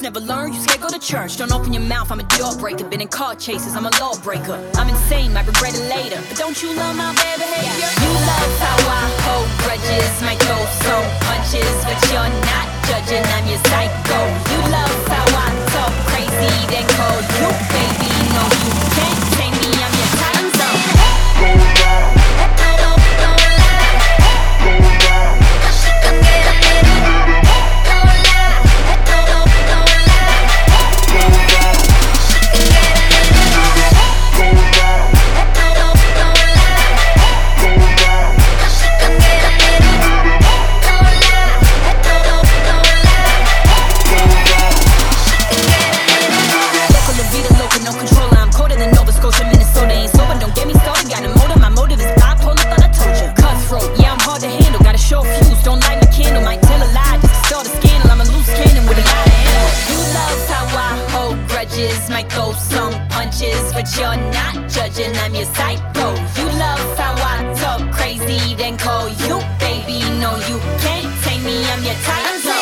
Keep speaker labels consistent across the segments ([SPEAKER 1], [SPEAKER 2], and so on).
[SPEAKER 1] never learn, you scared go to church. Don't open your mouth, I'm a jawbreaker. Been in car chases, I'm a lawbreaker. I'm insane, I regret it later. But don't you love my bad behavior? You love how I hold grudges, might go so punches, but you're not judging, I'm your psycho. You love how I talk crazy, then call you baby. No, you can't tame me, I'm your time zone. I don't, don't lie. I should come get a little. Don't lie. Don't, don't, don't lie. Should come get a little. Don't, don't, don't lie. I should come get a little. Don't lie. Don't, don't, don't lie. Should come get a little. Local La Vida, local, no controller. I'm colder than Nova Scotia, Minnesota ain't sober. Don't get me started, got a motive. My motive is bipolar, thought I told ya. Cutthroat, yeah, I'm hard to handle. Got a short fuse, don't light my candle. Might tell a lie, just to start a scandal. I'm a loose cannon with a lot of ammo. You love how I hold grudges, might throw some punches, but you're not judging. I'm your psycho. You love how I talk crazy, then call you baby. No, you can't tame me. I'm your time zone.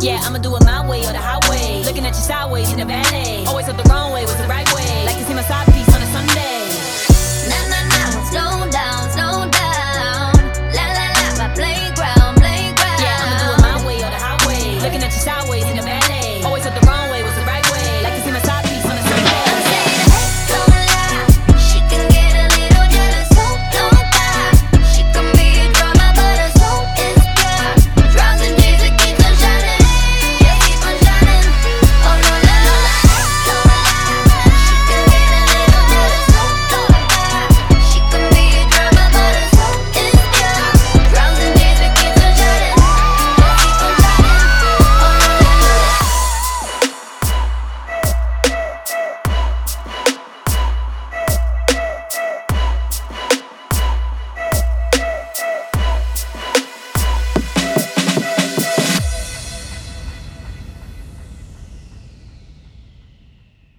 [SPEAKER 1] Yeah, I'ma do it my way or the highway. Looking at you sideways in the valet. Always up the wrong way was the right way. Like to see my side